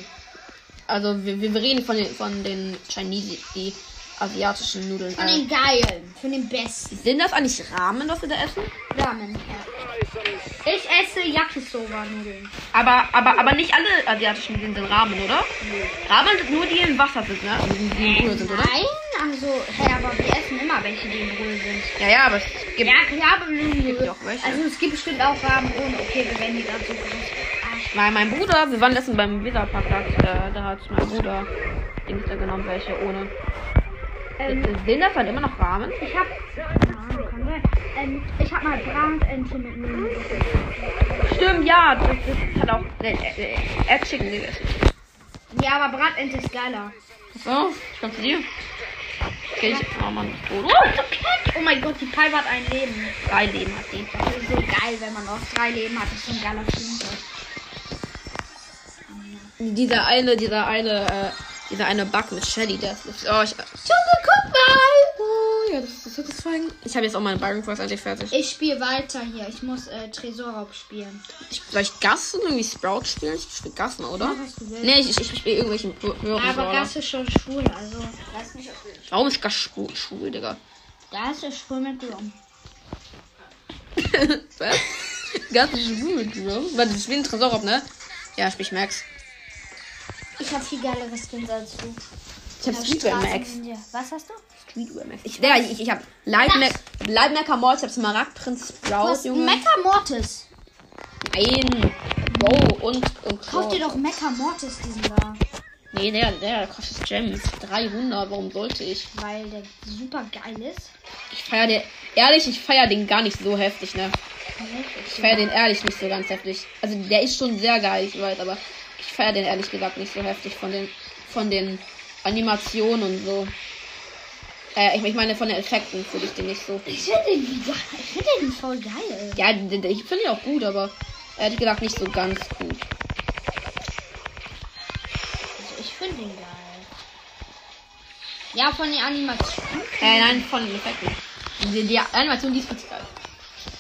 Speaker 1: Also wir, wir wir reden von den, von den Chinese, die asiatischen Nudeln.
Speaker 2: Von
Speaker 1: Äh,
Speaker 2: den geilen, von den besten
Speaker 1: sind das eigentlich Ramen, was wir da essen?
Speaker 2: Ramen. Ja. Ich esse Yakisoba-Nudeln.
Speaker 1: Aber, aber, aber nicht alle asiatischen Nudeln sind Ramen, oder? Ramen sind nur die im Wasser sind, ne? Also die, die im Brühe sind, oder?
Speaker 2: Nein, also, hä, aber wir essen immer welche, die im Brühe sind.
Speaker 1: Ja, ja, aber es gibt...
Speaker 2: Ja, klar, aber Nudeln.
Speaker 1: ja auch welche.
Speaker 2: Also, es gibt bestimmt auch Ramen ohne. Okay, wir werden die dazu groß.
Speaker 1: Mein, mein Bruder, wir waren letztens beim Weserparkplatz, äh, da hat mein Bruder Dings da genommen, welche ohne.
Speaker 2: Ähm.
Speaker 1: Äh, Sind das dann immer noch Ramen?
Speaker 2: Ich hab. Ähm, ich hab mal Brandente mit Nudeln.
Speaker 1: Stimmt, ja, das, das hat auch... Äh, äh, äh, Chicken gegessen.
Speaker 2: Ja, aber Brandente ist geiler.
Speaker 1: So, ich komm zu dir. Okay, ich... Oh Mann, das Brot.
Speaker 2: Oh mein Gott, die Palme hat ein Leben.
Speaker 1: Oh, drei Leben hat die.
Speaker 2: Das ist so geil, wenn man auch drei Leben hat. Das ist schon ein geiler Schinken.
Speaker 1: Dieser eine, dieser eine, äh, dieser eine Bug mit Shelly, der ist. Oh, ich.
Speaker 2: Junge, guck mal!
Speaker 1: Oh, ja, das ist das Satisfying. Ich habe jetzt auch meinen Byron Quest endlich fertig.
Speaker 2: Ich spiele weiter hier. Ich muss äh, Tresorraub spielen.
Speaker 1: Ich, soll ich Gas oder irgendwie Sprout spielen? Ich spiele Gas, oder?
Speaker 2: Ja, was du willst.
Speaker 1: Nee, ich, ich, ich spiele irgendwelchen hö- höheren
Speaker 2: Aber
Speaker 1: Brawler.
Speaker 2: das ist schon schwul, also. Weiß nicht, ob ich.
Speaker 1: Warum ist Gas schwul, schwul Digga?
Speaker 2: Das ist schwul mit Blum.
Speaker 1: Was? (laughs) Gas ist schwul, Digga. Warte, ich spiele einen Tresor ab, ne? Ja, spiel ich Max.
Speaker 2: Ich hab viel geilere Skins als du.
Speaker 1: Ich hab Streetwear Max.
Speaker 2: Was hast du?
Speaker 1: Streetwear Max. Ich, Digga, ich, ich hab Light
Speaker 2: Was?
Speaker 1: Mac, Light Mac Mord, ich hab Smaragd Prinz
Speaker 2: Du
Speaker 1: Sprout,
Speaker 2: hast
Speaker 1: Junge.
Speaker 2: Mecha Mortis.
Speaker 1: Nein. Wow, und, und
Speaker 2: Kauf
Speaker 1: Claw.
Speaker 2: dir doch Mecha Mortis diesen da,
Speaker 1: Nee, der, der kostet Gems. 300, warum sollte ich?
Speaker 2: weil der super geil ist.
Speaker 1: Ich feier den, ehrlich, ich feier den gar nicht so heftig, ne? Ich feier den ehrlich nicht so ganz heftig. Also der ist schon sehr geil, ich weiß, aber ich feier den ehrlich gesagt nicht so heftig von den, von den Animationen und so. Äh, ich, ich meine, von den Effekten finde ich den nicht so.
Speaker 2: Ich finde den geil. Ich finde den voll geil.
Speaker 1: Ja, den- den- ich finde ihn auch gut, aber ehrlich gesagt nicht so ganz gut.
Speaker 2: Also ich finde den geil. Ja, von den Animationen.
Speaker 1: Äh, nein, von den Effekten. Die, die Animation, die ist richtig geil.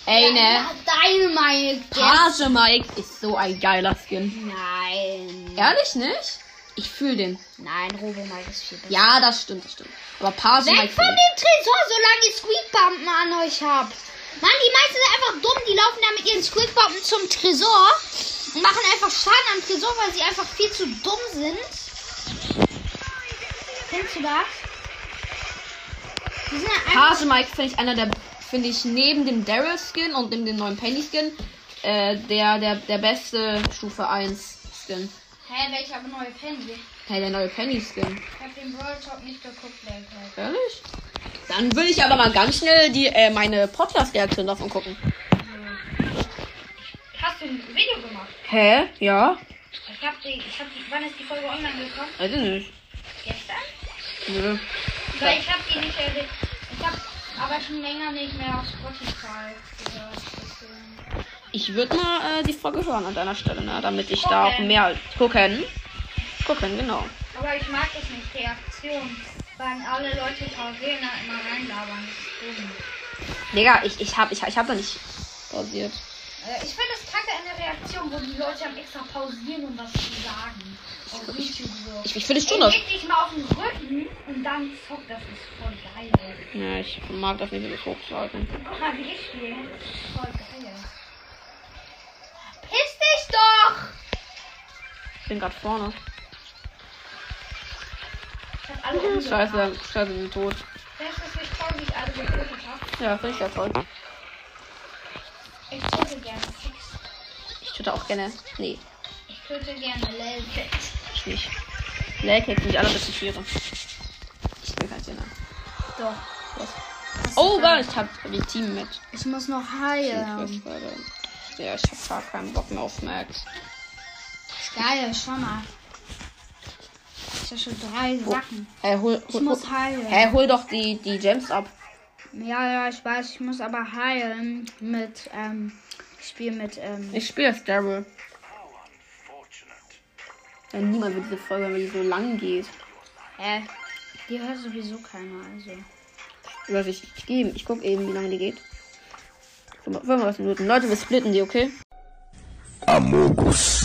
Speaker 1: Ey, ne?
Speaker 2: Ja, Deine Meinung.
Speaker 1: Page Mike ist so ein geiler Skin.
Speaker 2: Nein.
Speaker 1: Ehrlich nicht? Ich fühle den.
Speaker 2: Nein, Robo Mike ist viel besser.
Speaker 1: Ja, das stimmt, das stimmt. Aber Page
Speaker 2: Weg
Speaker 1: Mike.
Speaker 2: von dem Tresor, solange ihr Squeakbomben an euch habt. Mann, die meisten sind einfach dumm. Die laufen da mit ihren Squeakbomben zum Tresor und machen einfach Schaden am Tresor, weil sie einfach viel zu dumm sind. Kennst du das? Die sind halt einfach
Speaker 1: Page Mike finde ich einer der, finde ich neben dem Daryl Skin und neben dem neuen Penny Skin, äh, der, der, der beste Stufe 1 Skin.
Speaker 2: Hä, welcher neue Penny?
Speaker 1: Hey, der neue Penny Skin.
Speaker 2: Ich hab den World Top nicht geguckt, halt- Lenker.
Speaker 1: Ehrlich? Dann will ich aber mal ganz schnell die, äh, meine Podcast-Reaktion davon gucken.
Speaker 3: Hast du ein Video gemacht?
Speaker 1: Hä? Ja?
Speaker 3: Ich hab die, ich hab die, wann ist die Folge online gekommen?
Speaker 1: Weiß ich nicht.
Speaker 3: Gestern?
Speaker 1: Nö.
Speaker 3: Weil ich hab die nicht, äh, ich hab aber schon länger nicht mehr auf Spotify gehört. deswegen.
Speaker 1: Ich würde mal äh, die Folge hören an deiner Stelle, ne? Damit ich da auch mehr gucken. Gucken, genau.
Speaker 3: Aber ich mag das nicht, die Aktion. Weil alle Leute pausieren, da immer reinlabern. Das ist dumm.
Speaker 1: Digga, ich, ich hab, ich, ich hab da nicht pausiert.
Speaker 3: Äh, Ich finde das kacke in der Reaktion, wo die Leute am extra pausieren, um was zu sagen. Auf YouTube so.
Speaker 1: Ich, ich finde es schon
Speaker 3: Ey,
Speaker 1: das.
Speaker 3: leg dich mal auf den Rücken und dann zock, das ist voll geil.
Speaker 1: Ja, ich mag das nicht, wenn es hochschalten.
Speaker 3: Guck mal, wie ich spiele. Das ist voll geil.
Speaker 2: Piss dich doch!
Speaker 1: Ich bin gerade vorne.
Speaker 3: Ich hab alle umgebracht.
Speaker 1: Scheiße, scheiße, wir sind tot.
Speaker 3: Das ist nicht toll, wie ich also, alle getötet hab.
Speaker 1: Ja, finde ich ja toll.
Speaker 3: Ich töte gerne Sex.
Speaker 1: Ich töte auch gerne. Nee,
Speaker 3: Ich töte gerne Lelkett.
Speaker 1: ich nicht. Lag sind die allerbesten Tiere. Ich bin kein Sinner.
Speaker 2: Doch.
Speaker 1: Was?
Speaker 2: Hast du
Speaker 1: Oh,
Speaker 2: keine-
Speaker 1: warte, ich hab die Team mit.
Speaker 2: Ich muss noch
Speaker 1: Ich
Speaker 2: heilen.
Speaker 1: weiß gerade. Ja, ich hab gar keinen Bock mehr auf Max.
Speaker 2: Geil, schau mal. Ich habe schon drei Sachen.
Speaker 1: Hey, hol,
Speaker 2: Ich
Speaker 1: hol, hol,
Speaker 2: muss heilen.
Speaker 1: hey, hol doch die, die Gems ab.
Speaker 2: Ja, ja, ich weiß, ich muss aber heilen mit, ähm, ich spiel mit, ähm,
Speaker 1: Ich spiele jetzt Daryl. Ja, niemand wird diese Folge, wenn die so lang geht.
Speaker 2: äh, die hört sowieso keiner, also.
Speaker 1: Oder ich, ich gebe, ich guck eben, wie lange die geht. So, 35 Minuten. Leute, wir splitten die, okay?
Speaker 4: Amogus.